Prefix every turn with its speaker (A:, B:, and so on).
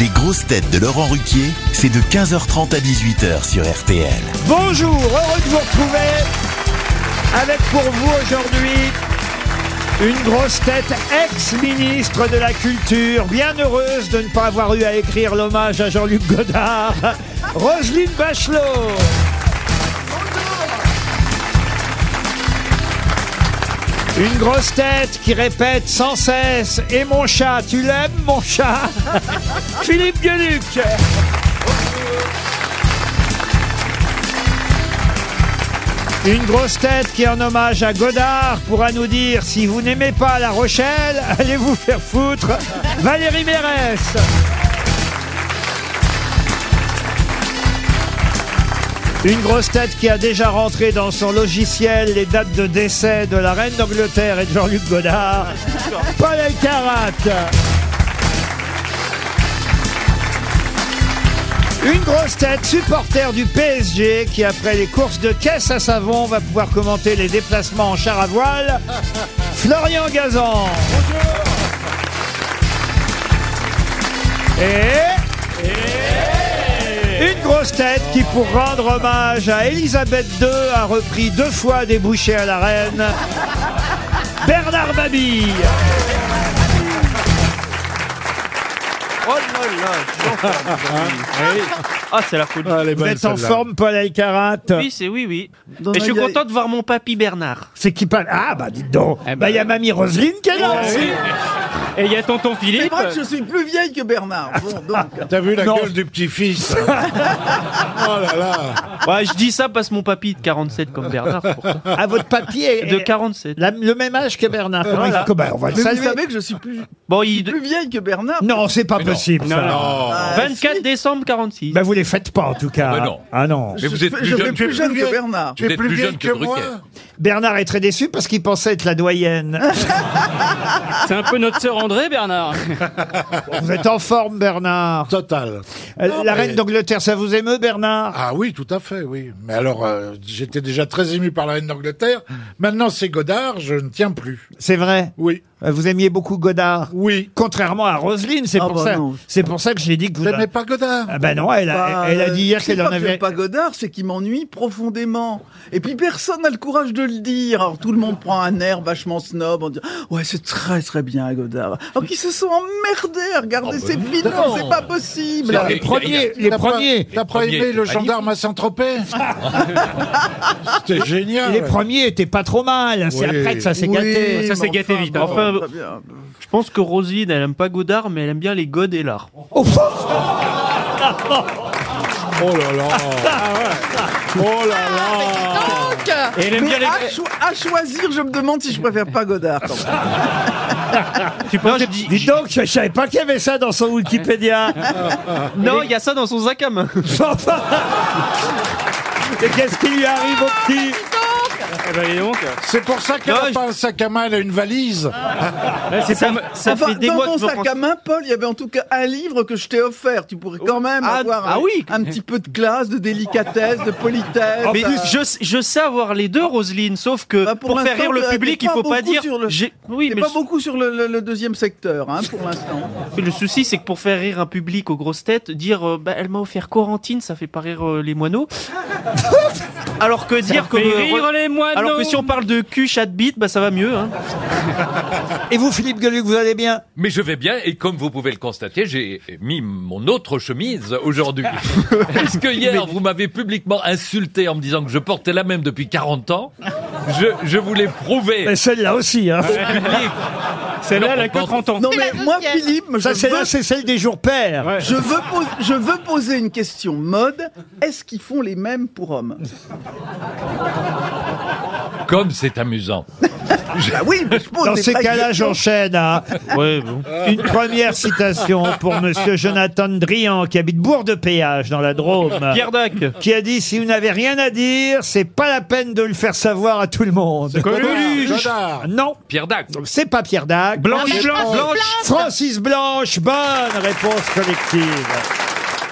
A: Les grosses têtes de Laurent Ruquier, c'est de 15h30 à 18h sur RTL.
B: Bonjour, heureux de vous retrouver avec pour vous aujourd'hui une grosse tête ex-ministre de la Culture, bien heureuse de ne pas avoir eu à écrire l'hommage à Jean-Luc Godard, Roselyne Bachelot. Une grosse tête qui répète sans cesse Et mon chat, tu l'aimes mon chat Philippe Gueluc Une grosse tête qui, en hommage à Godard, pourra nous dire si vous n'aimez pas La Rochelle, allez vous faire foutre. Valérie Mérès. Une grosse tête qui a déjà rentré dans son logiciel les dates de décès de la reine d'Angleterre et de Jean-Luc Godard. Paul Elkarat. Une grosse tête supporter du PSG qui, après les courses de caisse à savon, va pouvoir commenter les déplacements en char à voile. Florian Gazan. Et... Une grosse tête qui, pour rendre hommage à Elisabeth II, a repris deux fois des bouchées à la reine. Bernard Mabille.
C: Oh là là Ah, c'est la folie.
B: Vous êtes en forme, Paul Elkarat
C: Oui, c'est oui, oui. Et je suis content de voir mon papy Bernard.
B: C'est qui parle Ah, bah dites donc Bah, Il y a mamie Roselyne qui est là aussi.
C: Et il y a tonton
D: C'est
C: Philippe.
D: vrai que je suis plus vieille que Bernard. Bon,
E: Ah.
D: donc.
F: T'as vu la
B: Non.
F: gueule du petit-fils Oh là là
C: Ouais, Bah, je dis ça parce que mon papy est de 47 comme Bernard. pourtant.
B: À votre papy est,
C: De
B: est
C: 47.
B: la- le même âge que Bernard. Comment il- comment- on va le
D: Mais
B: saluer.
D: vous savez que je suis plus,
C: Bon, il...
D: plus vieille que Bernard.
B: Non, c'est pas possible. ça.
F: Oh.
D: Ah,
C: 24
D: si.
C: décembre 46.
B: Bah, vous les faites pas en tout cas.
E: Bah non.
B: Ah non.
E: Mais vous êtes
D: Je-
E: plus
D: je
E: jeune
D: fais
E: que-
D: plus jeune que Bernard.
E: Tu es plus jeune que
F: moi.
E: Drucker.
B: Bernard est très déçu parce qu'il pensait être la doyenne.
G: C'est un peu notre sœur André, Bernard.
B: vous êtes en forme, Bernard.
F: Total.
B: Euh,
F: Non,
B: la
F: mais-
B: reine d'Angleterre, ça vous émeut, Bernard
F: Ah oui, tout à fait, oui. Mais alors, euh, j'étais déjà très ému par la reine d'Angleterre. Maintenant, c'est Godard, je ne tiens plus.
B: C'est vrai.
F: Oui,
B: Euh, Vous aimiez beaucoup Godard.
F: oui.
B: Contrairement à Roselyne, c'est
D: Ah
B: pour
D: bah
B: ça.
D: non.
B: C'est pour ça que j'ai dit que vous.
F: T'aimais pas Godard
B: Ah bah non, elle a,
D: Bah,
B: elle a dit hier
D: c'est
B: qu'elle
D: pas
B: en
D: que j'aime
B: avait.
D: pas Godard, c'est qu'il m'ennuie profondément. Et puis personne n'a le courage de le dire. Alors tout le monde prend un air vachement snob en disant Ouais, c'est très très bien Godard. Alors qu'ils se sont emmerdés à regarder
E: bah
D: ces
E: non.
D: films,
F: Non.
D: c'est pas possible.
E: C'est-
B: Les premiers, les
F: T'as pas-
B: premiers,
F: T'as pas
E: premiers
F: aimé
E: étaient
F: le
E: magnifiques.
F: gendarme à Saint-Tropez C'était génial.
B: les premiers étaient pas trop mal. C'est
F: Oui.
B: après que ça s'est
D: Ah, Oui,
B: gâté.
D: mais
G: Ça s'est gâté
D: enfin,
G: vite,
D: bon,
G: hein.
C: Enfin,
D: très bien.
C: Je pense que Rosine, elle aime pas Godard, mais elle aime bien les godes et l'art.
B: Oh,
F: Oh là là
B: Ah
F: Oh là là
G: Et elle aime
D: Mais
G: bien les.
D: à, cho- à choisir, je me demande si je préfère pas Godard. quand même.
C: Tu peux je dis...
B: Dis donc, je savais pas qu'il y avait ça dans son Wikipédia.
C: Non, il y a ça dans son sac à main.
B: Et qu'est-ce qui lui arrive au petit
G: Eh ben, dis donc.
F: C'est pour ça qu'elle
C: Non,
F: n'a
C: je-
F: pas un sac à main, elle a une valise.
B: Ah.
G: Là, c'est
C: Ça,
G: pas.
C: ça
D: Enfin,
C: fait des
D: dans
C: mois
D: ton
C: que je
D: sac
C: pense-
D: à main, Paul, il y avait en tout cas un livre que je t'ai offert. Tu pourrais quand même
C: Ah,
D: avoir
C: ah
D: un,
C: oui.
D: un petit peu de classe, de délicatesse, de politesse.
C: Mais
D: euh,
C: je, sais- je sais avoir les deux, Roselyne, sauf que
D: Bah,
C: pour,
D: pour
C: faire
D: l'instant,
C: rire le
D: t'es
C: public, il
D: pas
C: faut pas
D: beaucoup
C: dire.
D: sur le-
C: j'ai- Oui,
D: t'es
C: mais
D: pas
C: le-
D: beaucoup sur le, le- le deuxième secteur, hein, pour l'instant.
C: Le souci, c'est que pour faire rire un public aux grosses têtes, dire euh, bah, elle m'a offert Corentine, ça fait pas rire euh, les moineaux. alors que dire que.
G: Fais rire les moineaux.
C: alors que si on parle de cul, chat de bite, bah ça va mieux. Hein.
B: Et vous, Philippe Gueluc, vous allez bien
E: Mais je vais bien et comme vous pouvez le constater, j'ai mis mon autre chemise aujourd'hui. Parce que hier, vous m'avez publiquement insulté en me disant que je portais la même depuis 40 ans. Je, je voulais prouver.
B: Mais Celle-là aussi, hein.
G: Celle-là, elle a
E: Non, on
G: que 30 ans.
D: Non, mais moi, Philippe, je
B: Ça,
D: veux,
B: celle-là, c'est celle des jours pères.
G: Ouais.
D: je, veux pos- je veux poser une question mode. Est-ce qu'ils font les mêmes pour hommes
E: Comme c'est amusant.
C: Bah
D: Ah oui, mais je pose
B: Dans
D: des
B: ces
D: vraies
B: cas-là,
D: questions.
B: j'enchaîne à une première citation pour Monsieur Jonathan Drian, qui habite Bourg-de-Péage, dans la Drôme,
C: Pierre Dac.
B: qui a dit « Si vous n'avez rien à dire, c'est pas la peine de le faire savoir à tout le monde.
F: Coluche Godard. »
B: Non,
E: Pierre Dac.
B: c'est pas Pierre Dac.
G: Blanche, blanche, blanche.
B: Francis Blanche, bonne réponse collective.